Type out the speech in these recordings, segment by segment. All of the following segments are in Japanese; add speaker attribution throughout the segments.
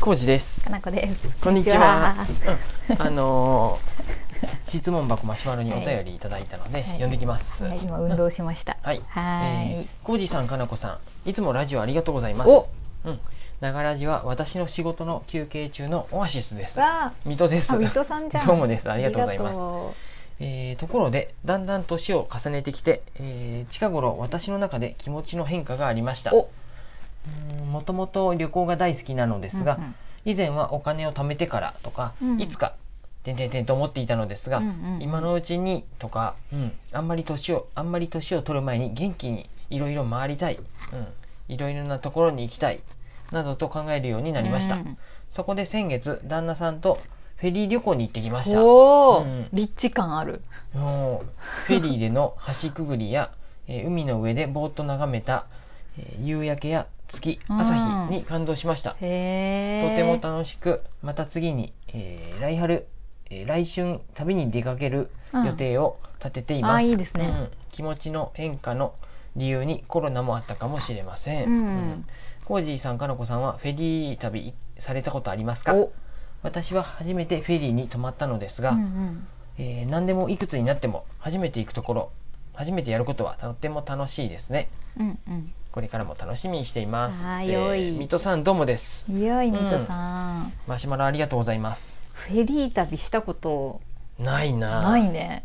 Speaker 1: コウジです。
Speaker 2: かなこです。
Speaker 1: こんにちは。うん、あのー 質問箱マシュマロにお便りいただいたので、
Speaker 2: はい
Speaker 1: 読んできます。
Speaker 2: こんにちは。はい、今
Speaker 1: うん
Speaker 2: 運動しました。
Speaker 1: はい。
Speaker 2: はーい。
Speaker 1: コウジさん、かなこさん、いつもラジオありがとうございます。
Speaker 2: お、
Speaker 1: うん。ながらじは私の仕事の休憩中のオアシスです。
Speaker 2: わ
Speaker 1: 水戸です
Speaker 2: あ、あ、。水戸さんじゃん。
Speaker 1: どうもですありがとうございます
Speaker 2: ありがと
Speaker 1: えーところで、だんだん年を重ねてきて、えー近頃私の中で気持ちの変化がありました。
Speaker 2: お
Speaker 1: うーんもともと旅行が大好きなので
Speaker 2: う
Speaker 1: すが、
Speaker 2: うんうん
Speaker 1: 以前はお金を貯めてからとか、
Speaker 2: うん
Speaker 1: いつかてんてんてんと思っていたのですが、
Speaker 2: うんうん
Speaker 1: 今のうちにとか、うん、あんまり年をあんまり年を取る前に元気にいろいろ回りたい、うん、いろいろなところに行きたいなどと考えるようになりました、
Speaker 2: うん
Speaker 1: そこで先月旦那さんとフェリー旅行に行ってきました
Speaker 2: おお、
Speaker 1: うん
Speaker 2: リッチ感ある。
Speaker 1: もうフェリーでの橋くぐりや、えー海の上でぼーっと眺めた、えー夕焼けや月朝日に感動しました、
Speaker 2: へ
Speaker 1: と
Speaker 2: え。
Speaker 1: ても楽しくまた次に、えー来春、えー来春旅に出かける予定を立てています、
Speaker 2: うんあーいいですね
Speaker 1: うん気持ちの変化の理由にコロナもあったかもしれません、
Speaker 2: うん
Speaker 1: コージーさんかなこさんはフェリー旅されたことありますか
Speaker 2: お、
Speaker 1: 私は初めてフェリーに泊まったのですが、
Speaker 2: うんうん
Speaker 1: えー何でもいくつになっても初めて行くところ初めてやることはとても楽しいですね
Speaker 2: うん
Speaker 1: これからも楽しみにしています
Speaker 2: はーい
Speaker 1: で
Speaker 2: よい
Speaker 1: 水戸さんどうもです
Speaker 2: うん。いやい水戸さん,、
Speaker 1: マシュマロありがとうございます
Speaker 2: フェリー旅したこと
Speaker 1: ないな
Speaker 2: ないね。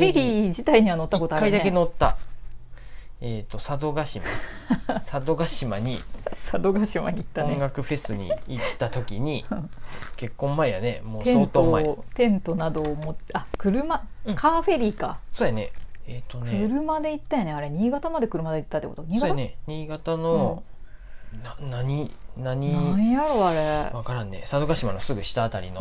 Speaker 1: フ
Speaker 2: ェ
Speaker 1: ェリー
Speaker 2: リー自体には乗ったことある
Speaker 1: 一回だけ
Speaker 2: ね。
Speaker 1: 乗ったえっ、と佐渡島 佐渡島に
Speaker 2: 佐渡島に行った
Speaker 1: 音
Speaker 2: ね。
Speaker 1: 楽フェスに行った時 に
Speaker 2: うん
Speaker 1: 結婚前やねもう
Speaker 2: テ
Speaker 1: 相
Speaker 2: ント
Speaker 1: 当前
Speaker 2: をテントなどを持って、あ、車、
Speaker 1: うん
Speaker 2: カーフェリーか。
Speaker 1: そうやねえっ、とね
Speaker 2: 車で行ったよねあれ新潟まで車で行ったってこと新
Speaker 1: そう
Speaker 2: 潟、
Speaker 1: やね新潟の、な何
Speaker 2: なん
Speaker 1: 何
Speaker 2: やろあれ
Speaker 1: わからんね佐渡島のすぐ下あたりの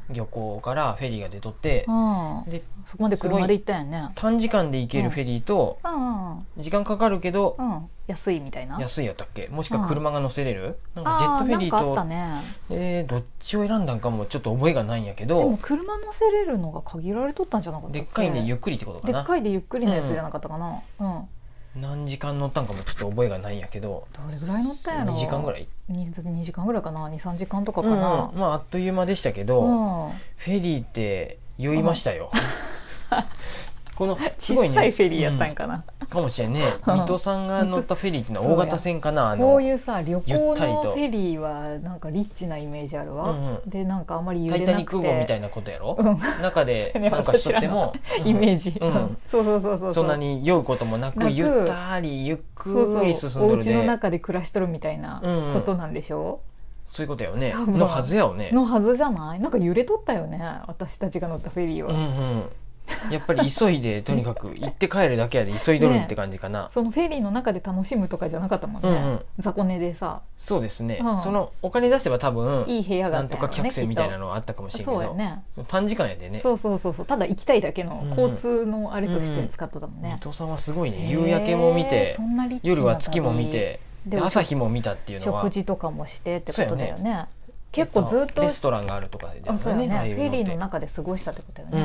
Speaker 2: あ
Speaker 1: 漁港からフェリーが出とって
Speaker 2: あ
Speaker 1: で
Speaker 2: そこまで車で行ったよね
Speaker 1: 短時間で行けるフェリーと
Speaker 2: うんうん
Speaker 1: 時間かかるけど
Speaker 2: うんうん安いみたいな
Speaker 1: 安いやったっけもしくは車が乗せれるなんかジェッ
Speaker 2: あ
Speaker 1: ト
Speaker 2: ー
Speaker 1: フェリー
Speaker 2: なんかあ
Speaker 1: と
Speaker 2: ったね
Speaker 1: えーどっちを選んだんかもちょっと覚えがないんやけ
Speaker 2: でも
Speaker 1: ど
Speaker 2: 車乗せれるのが限られとったんじゃなかった
Speaker 1: でっかいねゆっ
Speaker 2: っ
Speaker 1: くりってこと
Speaker 2: で
Speaker 1: か
Speaker 2: っ
Speaker 1: な
Speaker 2: かいでゆっくりのやつじゃなかったかなうん、
Speaker 1: 何時間乗ったんかもちょっと覚えがないんやけど
Speaker 2: どれぐらい乗ったんやろ
Speaker 1: 2時間ぐらい
Speaker 2: 2, 時間ぐらいかな23時間とかか
Speaker 1: うんうん
Speaker 2: な
Speaker 1: まああっという間でしたけ
Speaker 2: う
Speaker 1: ど、
Speaker 2: ん、
Speaker 1: フェリーって酔いましたよ このすごい
Speaker 2: 小
Speaker 1: ね
Speaker 2: さいフェリーやったんかな、
Speaker 1: うんかもしれんね
Speaker 2: うん
Speaker 1: 水戸さんが乗ったフェリーってのは大型船かなあの
Speaker 2: こういうさ旅
Speaker 1: ゆ
Speaker 2: 行
Speaker 1: ったり
Speaker 2: の
Speaker 1: と
Speaker 2: フェリーはなんかリッチなイメージあるわ、
Speaker 1: うんうん
Speaker 2: でなんかあんまり
Speaker 1: タ
Speaker 2: 揺れ
Speaker 1: イ
Speaker 2: な
Speaker 1: タ
Speaker 2: くて
Speaker 1: ニック号みた
Speaker 2: い
Speaker 1: いなことやろ、
Speaker 2: うん
Speaker 1: 中で
Speaker 2: それ
Speaker 1: なんかしとっても、
Speaker 2: イメー
Speaker 1: ジ
Speaker 2: ジ、
Speaker 1: うん
Speaker 2: そうそうそうそう
Speaker 1: そんなに酔うこともなく
Speaker 2: なく
Speaker 1: ゆったりゆっくり
Speaker 2: そ
Speaker 1: 進
Speaker 2: う
Speaker 1: ん
Speaker 2: そ
Speaker 1: で
Speaker 2: うお
Speaker 1: るで
Speaker 2: 家の中で暮らしとるみたいな
Speaker 1: うんうん
Speaker 2: ことなんでしょ
Speaker 1: そういうことよね。
Speaker 2: 多分
Speaker 1: のはずやよね。
Speaker 2: のはずじゃないなんか揺れとったよね私たちが乗ったフェリー
Speaker 1: う
Speaker 2: は、
Speaker 1: んうん。やっぱり急い で、とにかく行って帰るだけやで急いどるって感じかな。
Speaker 2: そのフェリーの中で楽しむとかじゃなかったもんね、
Speaker 1: うんうん。
Speaker 2: 雑魚寝でさ
Speaker 1: そうですね。
Speaker 2: うん
Speaker 1: そのお金出せば多分、
Speaker 2: いい部屋が
Speaker 1: な
Speaker 2: あ
Speaker 1: ん
Speaker 2: った
Speaker 1: と
Speaker 2: んやろ
Speaker 1: か
Speaker 2: ね
Speaker 1: 客船みたいな
Speaker 2: きっ
Speaker 1: のはあったかもし
Speaker 2: と
Speaker 1: れんけ
Speaker 2: そうや
Speaker 1: ど、
Speaker 2: ね
Speaker 1: その短時間やでね。
Speaker 2: そうそうそうそうただ行きたいだけの
Speaker 1: うん
Speaker 2: 交通のあれとして使っとったもんね、
Speaker 1: 伊藤さんはすごいね。夕焼けも見
Speaker 2: へー
Speaker 1: て
Speaker 2: そ、んなリッチな
Speaker 1: 夜は月も見て、
Speaker 2: 旅
Speaker 1: で
Speaker 2: で
Speaker 1: 朝日も見たっていうのは、
Speaker 2: 食事とかもしてってことだよ
Speaker 1: そ
Speaker 2: ね結構ずっと
Speaker 1: レストランがあるとかで
Speaker 2: あそうよね
Speaker 1: ああいう
Speaker 2: フェリーの
Speaker 1: っ
Speaker 2: 中で過ごしたってことだよ
Speaker 1: て。
Speaker 2: ね、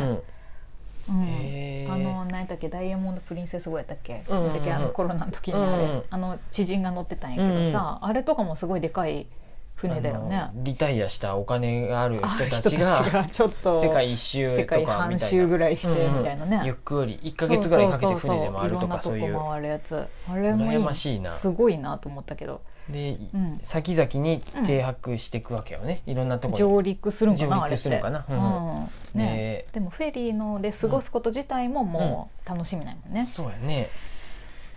Speaker 2: うん
Speaker 1: うん。へー
Speaker 2: あの何だっけダイヤモンド・プリンセス号やったっけ、
Speaker 1: うんうんうん
Speaker 2: だっけあのコロナの時にあれ、
Speaker 1: うんうん
Speaker 2: あの知人が乗ってたんやけどさ、あれとかもすごいでかい船だよね
Speaker 1: あ。のリタイアしたお金がある
Speaker 2: あの
Speaker 1: 人たちが、
Speaker 2: ちょっと
Speaker 1: 世界一周
Speaker 2: 世
Speaker 1: と
Speaker 2: 界
Speaker 1: かみ
Speaker 2: 半
Speaker 1: たいな
Speaker 2: 周。ぐらいしてみたいなね、
Speaker 1: ゆっくり1か月ぐらいかけて船で回るとか
Speaker 2: そ
Speaker 1: そうう
Speaker 2: そうそうい
Speaker 1: い
Speaker 2: ろんなと
Speaker 1: う
Speaker 2: こ回るやつあれもいい
Speaker 1: 羨ましいな
Speaker 2: すごいなと思ったけど、
Speaker 1: で
Speaker 2: うん、
Speaker 1: 先々に停泊していくわけよねいろんなところに
Speaker 2: 上陸するんかなあ
Speaker 1: 上
Speaker 2: れ
Speaker 1: 陸
Speaker 2: っ
Speaker 1: する
Speaker 2: て
Speaker 1: んかな
Speaker 2: うんね
Speaker 1: ね
Speaker 2: でもフェリーので過ごすこと自体ももう楽しみない もんね、
Speaker 1: そうやね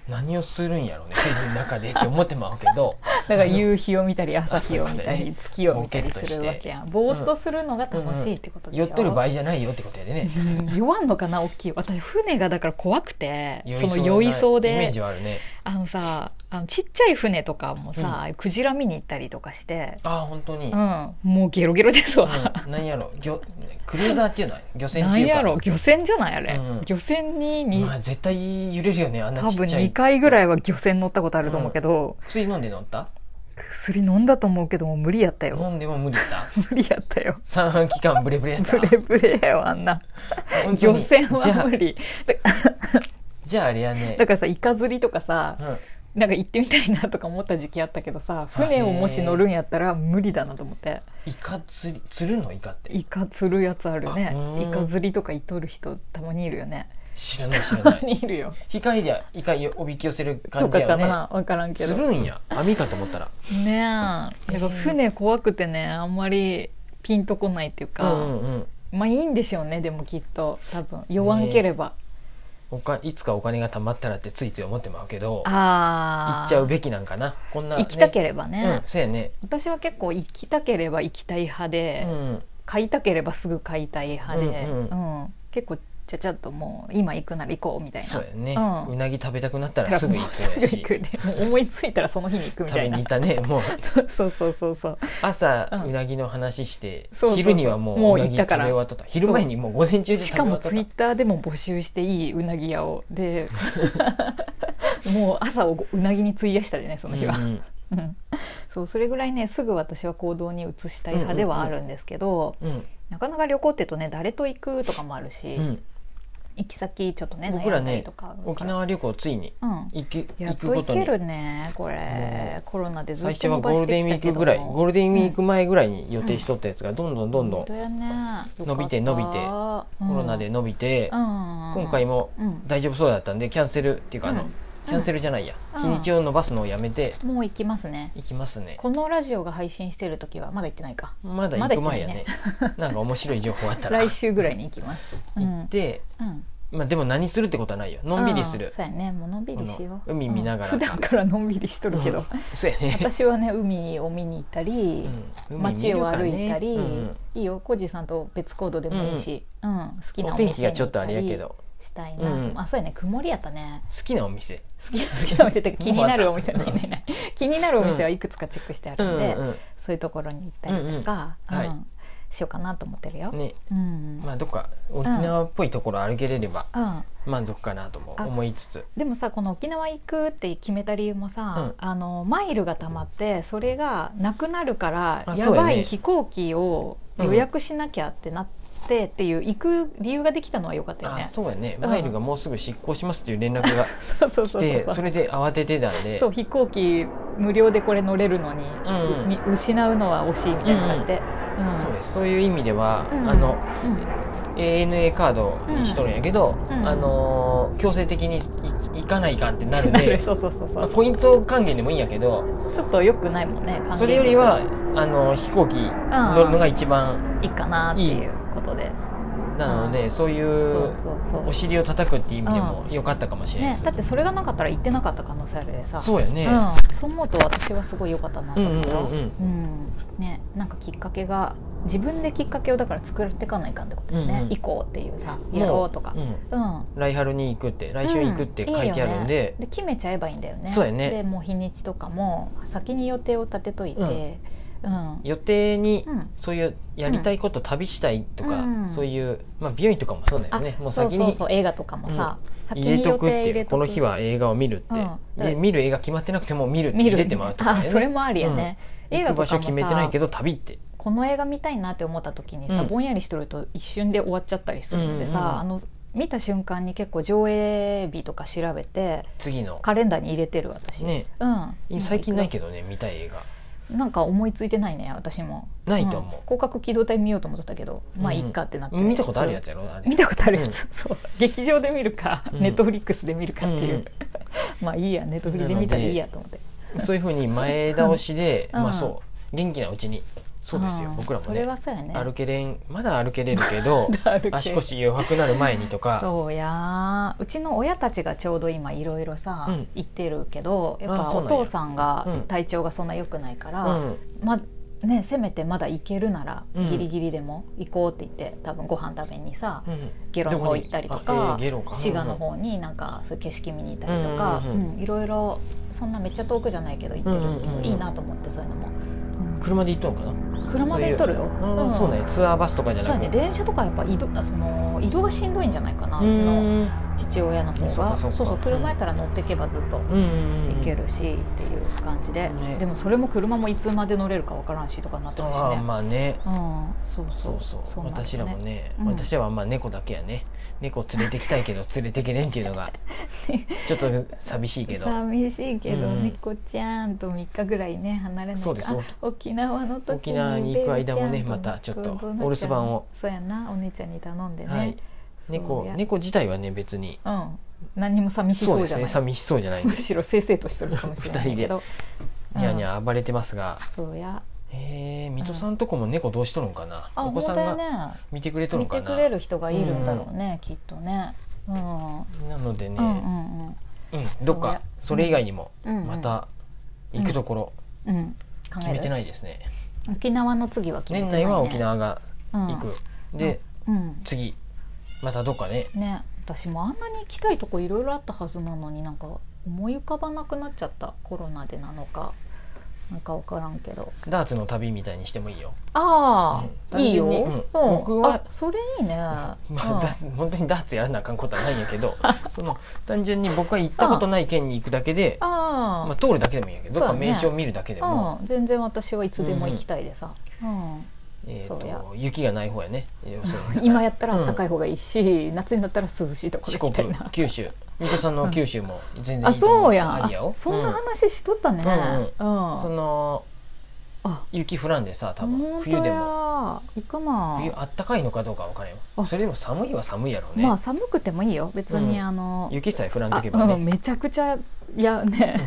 Speaker 1: 何をするんやろうねフェリーの中でって思ってまうけど
Speaker 2: だから夕日を見たり朝日を見た
Speaker 1: あそう
Speaker 2: り月を見たりするわけやんぼーっとするのが楽しいってことでしょ、
Speaker 1: 酔っとる場 合じゃないよってことやでね
Speaker 2: うん酔わんのかな大きい私船がだから怖くて
Speaker 1: 酔
Speaker 2: その酔いそう
Speaker 1: イメー
Speaker 2: で
Speaker 1: ジはあるね
Speaker 2: あのさあのちっちゃい船とかもさ、クジラ見に行ったりとかして、
Speaker 1: ああ本当に、
Speaker 2: う
Speaker 1: うん
Speaker 2: ん、もうゲロゲロです わ、
Speaker 1: 何やろ漁クルーザーっていうのは 漁船
Speaker 2: な
Speaker 1: って
Speaker 2: ん
Speaker 1: いうか
Speaker 2: やろ漁船じゃないあれ、
Speaker 1: うん
Speaker 2: 漁船にに、
Speaker 1: まあ、絶対揺れるよねあんな
Speaker 2: 多
Speaker 1: ち
Speaker 2: 分
Speaker 1: っちゃい
Speaker 2: 2回ぐらいは漁船乗ったことあると思うけど、
Speaker 1: 薬飲んで乗った
Speaker 2: 薬飲んだと思うけどもう無理やったよ
Speaker 1: 飲んでも無理やった
Speaker 2: 無理やったよ
Speaker 1: 三半期間ブレブレやった
Speaker 2: ブレブレやよあんな
Speaker 1: 本当
Speaker 2: 漁
Speaker 1: に
Speaker 2: 船
Speaker 1: じゃ
Speaker 2: は
Speaker 1: あ
Speaker 2: 無理
Speaker 1: じゃああれやね
Speaker 2: だからさイカ釣りとかさ
Speaker 1: うん
Speaker 2: なんか行ってみたいなとか思った時期あったけどさ
Speaker 1: あへー
Speaker 2: 船をもし乗るんやったら無理だなと思って
Speaker 1: イカ釣り釣るのイカって
Speaker 2: イカ釣るやつある
Speaker 1: あう
Speaker 2: ね
Speaker 1: ん
Speaker 2: イカ釣りとか行っとる人たまにいるよね
Speaker 1: 知らない知ら
Speaker 2: た
Speaker 1: な
Speaker 2: ま
Speaker 1: い
Speaker 2: にいるよ
Speaker 1: 光でイカおびき寄せる
Speaker 2: と
Speaker 1: 感じ
Speaker 2: か
Speaker 1: や
Speaker 2: か
Speaker 1: よね
Speaker 2: な分からんけ
Speaker 1: す
Speaker 2: どね
Speaker 1: るんや網かと思ったら
Speaker 2: えなんか船怖くてねあんまりピンとこないっていうか、
Speaker 1: うんうんうん
Speaker 2: まあいいんでしょうねでもきっと多分弱んければ、
Speaker 1: おかいつかお金が貯まったらってついつい思ってまうけど
Speaker 2: ああ
Speaker 1: 行っちゃうべきなんかなこんな、
Speaker 2: 行きたければね
Speaker 1: うんそうやね
Speaker 2: 私は結構行きたければ行きたい派
Speaker 1: う
Speaker 2: で、
Speaker 1: ん
Speaker 2: 買いたければすぐ買いたい派で、
Speaker 1: う
Speaker 2: うんん結構ちゃちゃっともう今行くなら行こうみたいな
Speaker 1: そうやね、う
Speaker 2: うん
Speaker 1: なぎ食べたくなった
Speaker 2: だ
Speaker 1: ら
Speaker 2: か
Speaker 1: す
Speaker 2: ら
Speaker 1: ぐ
Speaker 2: も
Speaker 1: 行
Speaker 2: う
Speaker 1: く
Speaker 2: すぐ
Speaker 1: や
Speaker 2: 行
Speaker 1: し
Speaker 2: くね もう思いついたらその日に行くみ
Speaker 1: 食
Speaker 2: た
Speaker 1: べに
Speaker 2: いな
Speaker 1: 行ったねもう
Speaker 2: そうそうそうそう
Speaker 1: 朝、う
Speaker 2: うん
Speaker 1: なぎの話して
Speaker 2: そうそうそう
Speaker 1: 昼にはもう
Speaker 2: もう
Speaker 1: な
Speaker 2: 行
Speaker 1: ぎ
Speaker 2: っ
Speaker 1: 食
Speaker 2: た
Speaker 1: べ
Speaker 2: か
Speaker 1: 終
Speaker 2: ら
Speaker 1: わっとった昼前にもう午前中で食
Speaker 2: し
Speaker 1: べ
Speaker 2: か
Speaker 1: 終わ
Speaker 2: も
Speaker 1: っとっ
Speaker 2: ツイッターでも募集していいうなぎ屋を でもう朝をうなぎに費やしたでねそ
Speaker 1: た
Speaker 2: の日は、
Speaker 1: うんうん
Speaker 2: うんそうそれぐらいねすぐ私は行動に移したい派ではあるんですけど、
Speaker 1: うん
Speaker 2: なかなか旅行って言うとね誰と行くとかもあるし、
Speaker 1: うん、
Speaker 2: 行き先ちょっとね
Speaker 1: 僕ら
Speaker 2: 悩ん
Speaker 1: ね
Speaker 2: だりとか
Speaker 1: 沖縄旅行ついに
Speaker 2: うん
Speaker 1: 行く
Speaker 2: や
Speaker 1: 行
Speaker 2: っ
Speaker 1: く
Speaker 2: と
Speaker 1: こ
Speaker 2: 行
Speaker 1: と
Speaker 2: け
Speaker 1: に
Speaker 2: るねこれ、
Speaker 1: も
Speaker 2: コロナでず
Speaker 1: 最
Speaker 2: っ
Speaker 1: 初
Speaker 2: と
Speaker 1: は
Speaker 2: 伸
Speaker 1: ゴー
Speaker 2: ばし
Speaker 1: ルデ
Speaker 2: て
Speaker 1: ンウ
Speaker 2: き
Speaker 1: ィー
Speaker 2: た
Speaker 1: ク
Speaker 2: けど
Speaker 1: ぐらいゴールデンウィーク前ぐらいに予定しとったやつがどんどんどんどん
Speaker 2: 本当
Speaker 1: コ
Speaker 2: やね
Speaker 1: 伸びて伸びてロナで
Speaker 2: ね、
Speaker 1: 伸びて
Speaker 2: うんうんうん
Speaker 1: 今回も
Speaker 2: うん
Speaker 1: 大丈夫そうだったんでキャンセルっていうかあの
Speaker 2: うん
Speaker 1: キャンセルじゃないや
Speaker 2: うん
Speaker 1: 日にちを延ばすのをやめて
Speaker 2: もう行きますね
Speaker 1: 行きますね
Speaker 2: このラジオが配信してる時はまだ行ってないか
Speaker 1: まだ行く前やねなんか面白い情報あったら
Speaker 2: 来週ぐらいに行きます、うん
Speaker 1: 行って
Speaker 2: うん
Speaker 1: まあでも何するってことはないよのんびりす
Speaker 2: うん
Speaker 1: る
Speaker 2: そうやねもうのんびりしよ
Speaker 1: こ
Speaker 2: う
Speaker 1: の海見ながら
Speaker 2: うん普段からのんびりしとるけ
Speaker 1: うん
Speaker 2: ど
Speaker 1: そうやね
Speaker 2: 私はね海を見に行ったり、
Speaker 1: うん
Speaker 2: 街を歩いたり、
Speaker 1: 海見るからね
Speaker 2: いいよコージさんと別行動でもいいし、うん好
Speaker 1: う
Speaker 2: き
Speaker 1: ん
Speaker 2: な
Speaker 1: お
Speaker 2: お
Speaker 1: 天
Speaker 2: 店
Speaker 1: 気
Speaker 2: に行
Speaker 1: が
Speaker 2: っ
Speaker 1: ちょっとあ
Speaker 2: た
Speaker 1: れやけ
Speaker 2: り
Speaker 1: ど
Speaker 2: したいなと、
Speaker 1: うん
Speaker 2: あそうやね曇りやったね
Speaker 1: 好きなお店
Speaker 2: 好き好きなお店ってか気になるお店
Speaker 1: もう
Speaker 2: な
Speaker 1: 終わっ
Speaker 2: いな
Speaker 1: た
Speaker 2: いない 気になるお店はいくつかチェックしてあるんで、
Speaker 1: うんうん
Speaker 2: そういうところに行ったりとか、
Speaker 1: う
Speaker 2: うんん
Speaker 1: うんはい
Speaker 2: しようかなと思ってるよ、
Speaker 1: ね
Speaker 2: うん
Speaker 1: まあどっか沖縄っぽいところ歩けれれば
Speaker 2: うん、
Speaker 1: 満足かなとも
Speaker 2: あ
Speaker 1: 思いつつ
Speaker 2: でもさこの沖縄行くって決めた理由もさ、あのマイルがたまってそれがなくなるから
Speaker 1: あ
Speaker 2: や
Speaker 1: そ
Speaker 2: ば
Speaker 1: うやね
Speaker 2: い飛行機を予約しなきゃってなってっていう行く理由ができたのは良かったよ
Speaker 1: あ
Speaker 2: ね。
Speaker 1: そうやね
Speaker 2: うん
Speaker 1: マイルがもうすぐ執行しますっていう連絡が
Speaker 2: そうそう
Speaker 1: 来
Speaker 2: そう
Speaker 1: て
Speaker 2: そう
Speaker 1: それで慌ててたんで
Speaker 2: そう飛行機無料でこれ乗れるのに、
Speaker 1: んうん
Speaker 2: み失うのは惜しいみたいなのがあって、うん
Speaker 1: そうですそういう意味では
Speaker 2: うん
Speaker 1: あの
Speaker 2: うん
Speaker 1: ANA カードにしとるんやけど
Speaker 2: うん
Speaker 1: あのー強制的にい行かないかんってなるん
Speaker 2: なる
Speaker 1: で
Speaker 2: そうそうそうそ
Speaker 1: まあ
Speaker 2: う
Speaker 1: ポイント還元でもいいんやけど
Speaker 2: ちょっと良くないもんね還元率
Speaker 1: それよりはあの飛行機乗るのが一番
Speaker 2: いいかなっていうことで
Speaker 1: なのでそうい
Speaker 2: そう
Speaker 1: う
Speaker 2: そうそう
Speaker 1: お尻を叩くっていう意味でも良かったかもしれないで
Speaker 2: ね
Speaker 1: す、
Speaker 2: だってそれがなかったら行ってなかった可能性あるでさ
Speaker 1: そうやね、
Speaker 2: うん、そう思うと私はすごい良かったなと
Speaker 1: うんう
Speaker 2: 思
Speaker 1: ん
Speaker 2: うよ、
Speaker 1: うん
Speaker 2: うんね、なんかきっかけが自分できっかけをだから作っていかないかんってことだよ
Speaker 1: うん
Speaker 2: ね、
Speaker 1: うん
Speaker 2: 行こうっていうさ
Speaker 1: うん
Speaker 2: やろうとか
Speaker 1: もううん
Speaker 2: うん
Speaker 1: 来春に行くって来週行くって
Speaker 2: うん
Speaker 1: 書いてあるんで
Speaker 2: よ,、ね、で決めちゃえばいいんだよね
Speaker 1: そうやね
Speaker 2: でもう日にちとかも先に予定を立てといてうん、
Speaker 1: 予定に
Speaker 2: うん
Speaker 1: そういうやりたいこと、旅したいとか、
Speaker 2: うん
Speaker 1: そういう、まあ、美容院とかもそうだよねもう
Speaker 2: そう
Speaker 1: 先
Speaker 2: そう
Speaker 1: に
Speaker 2: そう映画とかもさ、先
Speaker 1: 入れ
Speaker 2: に
Speaker 1: と
Speaker 2: 予
Speaker 1: くっ
Speaker 2: 定
Speaker 1: て
Speaker 2: 入
Speaker 1: い
Speaker 2: れ
Speaker 1: う
Speaker 2: とく
Speaker 1: この日は映画を見るって、
Speaker 2: うん
Speaker 1: で見る映画決まってなくても見るって
Speaker 2: 見
Speaker 1: 入
Speaker 2: る
Speaker 1: れてもらうとか、
Speaker 2: あそれ
Speaker 1: ね、
Speaker 2: もありやね、映
Speaker 1: 行
Speaker 2: 画
Speaker 1: く
Speaker 2: とか
Speaker 1: 場
Speaker 2: もさ
Speaker 1: 所決めてないけど旅って
Speaker 2: この映画見たいなって思った時にさ、
Speaker 1: うん
Speaker 2: ぼんやりしとると一瞬で終わっちゃったりするんでさ、
Speaker 1: うんうんうん
Speaker 2: あの見た瞬間に結構上映日とか調べて
Speaker 1: 次の
Speaker 2: カレンダーに入れてる私、
Speaker 1: ね
Speaker 2: うん、
Speaker 1: 最近ないけ
Speaker 2: ど
Speaker 1: どね見たい映画
Speaker 2: なんか思いついてないね私も
Speaker 1: ないと思う
Speaker 2: うん広角機動隊見ようと思ってたけどまあ
Speaker 1: うん
Speaker 2: いっかってなって、
Speaker 1: 見たことあるやつやろあ
Speaker 2: そう
Speaker 1: れ
Speaker 2: 見たことあるやつ、そう劇場で見るか、
Speaker 1: うん
Speaker 2: ネットフリックスで見るかっていう、
Speaker 1: うん
Speaker 2: まあいいやネットフリで見たらいいやと思って
Speaker 1: そういうふうに前倒しで、
Speaker 2: うん
Speaker 1: まあそう元気なうちにそうですよ
Speaker 2: ん
Speaker 1: 僕らも
Speaker 2: そ
Speaker 1: ね
Speaker 2: れはそうやね
Speaker 1: 歩けれんまだ歩けれるけ ど
Speaker 2: 歩け
Speaker 1: 足腰弱くなる前にとか
Speaker 2: そうやーうちの親たちがちょうど今いろいろさ、
Speaker 1: うん
Speaker 2: 行ってるけどやっ
Speaker 1: あ
Speaker 2: ぱ
Speaker 1: そう
Speaker 2: お
Speaker 1: なんや
Speaker 2: 父さん
Speaker 1: うん
Speaker 2: が体調がそんな良くないか
Speaker 1: う
Speaker 2: ら、
Speaker 1: ん
Speaker 2: まね、せめてまだ行けるなら
Speaker 1: うん
Speaker 2: ギリギリでも行こうって言って多分ご飯食べにさ
Speaker 1: うん
Speaker 2: ゲロの方行ったりと
Speaker 1: どこにあ
Speaker 2: か
Speaker 1: えーゲロか
Speaker 2: 滋賀の方になんかそういう景色見に行ったりとか
Speaker 1: うんうんうん
Speaker 2: うんいろいろそんなめっちゃ遠くじゃないけど行ってるけ
Speaker 1: うんうんう
Speaker 2: ど
Speaker 1: ん
Speaker 2: いいなと思ってそういうのも、
Speaker 1: 車で行っとるの
Speaker 2: うん車で行っとるよ
Speaker 1: かな、うんそうねツアーバスとかじゃ
Speaker 2: そう
Speaker 1: な
Speaker 2: や
Speaker 1: く
Speaker 2: ね電車とかやっぱ移動その移動がしんどいんじゃないかなうちの
Speaker 1: うん
Speaker 2: 父親の方
Speaker 1: そうか
Speaker 2: が
Speaker 1: そうか
Speaker 2: そうそう車やったら乗ってけばずっと
Speaker 1: うんうんうん
Speaker 2: 行けるしっていう感じで、
Speaker 1: ね
Speaker 2: でもそれも車もいつまで乗れるかわからんしとかになってるし
Speaker 1: ああ
Speaker 2: ね、
Speaker 1: まあね
Speaker 2: うんそう
Speaker 1: そ
Speaker 2: そう
Speaker 1: うそう
Speaker 2: そうなんだよね
Speaker 1: 私らもね、
Speaker 2: うん
Speaker 1: 私らはまあ猫だけやね猫連れてきたい けど連れてけれんっていうのがちょっと寂しいけど
Speaker 2: 寂しいけど、
Speaker 1: うん
Speaker 2: 猫ちゃんと3日ぐらいね離れない
Speaker 1: そうです
Speaker 2: あ沖縄の時
Speaker 1: 沖縄に行く間もね
Speaker 2: ベルちゃん
Speaker 1: またちょっと
Speaker 2: どうどうなゃう
Speaker 1: お留守番を
Speaker 2: そうやなお姉ちゃんに頼んでね、
Speaker 1: はい
Speaker 2: そうや
Speaker 1: 猫猫自体はね別に
Speaker 2: うん何にも寂し
Speaker 1: そう
Speaker 2: そう
Speaker 1: で
Speaker 2: じ
Speaker 1: す
Speaker 2: ゃ
Speaker 1: ね
Speaker 2: ない、
Speaker 1: 寂しそうじゃないん
Speaker 2: む
Speaker 1: です
Speaker 2: しろせいせいとしてるかもしれないけどうん
Speaker 1: にゃにゃ暴れてますが
Speaker 2: そうや
Speaker 1: えー、水戸さんとこも猫どうしとるんかな、
Speaker 2: あ
Speaker 1: お子
Speaker 2: 本
Speaker 1: さん
Speaker 2: 当や
Speaker 1: が
Speaker 2: ね
Speaker 1: 見てくれとる
Speaker 2: 見
Speaker 1: んか
Speaker 2: て
Speaker 1: な
Speaker 2: くれる人がいるんだろうね、きっとね、うん、うん
Speaker 1: なのでね、
Speaker 2: うんうん
Speaker 1: うんどっかそれ以外にも
Speaker 2: うんうん
Speaker 1: また行くところ
Speaker 2: うん考
Speaker 1: 決
Speaker 2: え
Speaker 1: めて
Speaker 2: る
Speaker 1: ないですね,、
Speaker 2: 沖縄の次は決めて
Speaker 1: 年
Speaker 2: ない、ね、
Speaker 1: 内は沖縄が行く、で、
Speaker 2: うん、うん
Speaker 1: 次またどっかね
Speaker 2: ね私もあんなに行きたいとこいろいろあったはずなのになんか思い浮かばなくなっちゃったコロナでなのかなんか分からんけど
Speaker 1: ダーツの旅みたいにしてもいいよ、
Speaker 2: ああ、
Speaker 1: うん
Speaker 2: いいよ、
Speaker 1: 単純にうん僕は
Speaker 2: あそれいい ね、
Speaker 1: まあだ本当にダーツやらなあかんことはないんやけ どその単純に僕は行ったことない県に行くだけで、
Speaker 2: あ
Speaker 1: まあ、通るだけでもいいんやけど
Speaker 2: そ
Speaker 1: ど
Speaker 2: う
Speaker 1: っ
Speaker 2: だ
Speaker 1: か
Speaker 2: ね
Speaker 1: 名所を見るだけで
Speaker 2: あ、
Speaker 1: も、
Speaker 2: うん、全然私はいつでも行きたいでさ、うん
Speaker 1: えー、
Speaker 2: そうや
Speaker 1: と雪がない方やね要するにだから
Speaker 2: 今やったら暖かい方がいいし、夏になったら涼しいとこ
Speaker 1: 四
Speaker 2: ろ
Speaker 1: 国
Speaker 2: 行きたいな。
Speaker 1: 九州水戸さんの九州も全然
Speaker 2: あ
Speaker 1: いいと思
Speaker 2: そうう
Speaker 1: し、
Speaker 2: やん
Speaker 1: ありやよ
Speaker 2: あそんな
Speaker 1: う
Speaker 2: 話しとったね、
Speaker 1: う
Speaker 2: うんん
Speaker 1: うんその
Speaker 2: あ
Speaker 1: 雪降らんでさ多分
Speaker 2: 本当
Speaker 1: 冬
Speaker 2: や
Speaker 1: でも
Speaker 2: 行くな
Speaker 1: 冬あったかいのかどうかわからんよ
Speaker 2: あ
Speaker 1: それでも寒いは寒いやろうね、
Speaker 2: まあ寒くてもいいよ別に
Speaker 1: うん
Speaker 2: あの、
Speaker 1: 雪さえ降らん
Speaker 2: あ
Speaker 1: とけば
Speaker 2: うん
Speaker 1: ね
Speaker 2: めちゃくちゃいやね、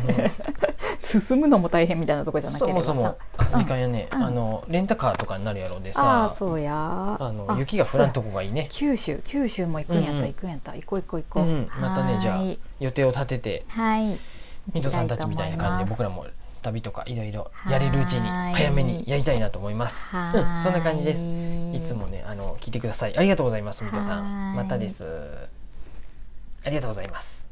Speaker 2: 進むのも大変みたいなとこじゃなけ
Speaker 1: そ
Speaker 2: れば
Speaker 1: も
Speaker 2: さ
Speaker 1: そもあ
Speaker 2: うん
Speaker 1: 時間やね、
Speaker 2: うん
Speaker 1: あのレンタカーとかになるやろうで
Speaker 2: ああ
Speaker 1: さ
Speaker 2: そうや
Speaker 1: あ
Speaker 2: あ
Speaker 1: の雪が降らんと
Speaker 2: こ
Speaker 1: こがいいね
Speaker 2: 九州九州も行くんやった、
Speaker 1: うんうん
Speaker 2: 行くんやった行こう行こう行こう、
Speaker 1: うんまたね
Speaker 2: はーい
Speaker 1: じゃあ予定を立てて
Speaker 2: はい
Speaker 1: 水戸さんたちみたいな感じで僕ら
Speaker 2: も
Speaker 1: も旅とかいろいろやれるうちに
Speaker 2: はーい
Speaker 1: 早めにやりたいなと思います、うん、そんな感じですいつもねあの聞いてくださいありがとうございます水戸さ
Speaker 2: はー
Speaker 1: ん
Speaker 2: い
Speaker 1: またですありがとうございます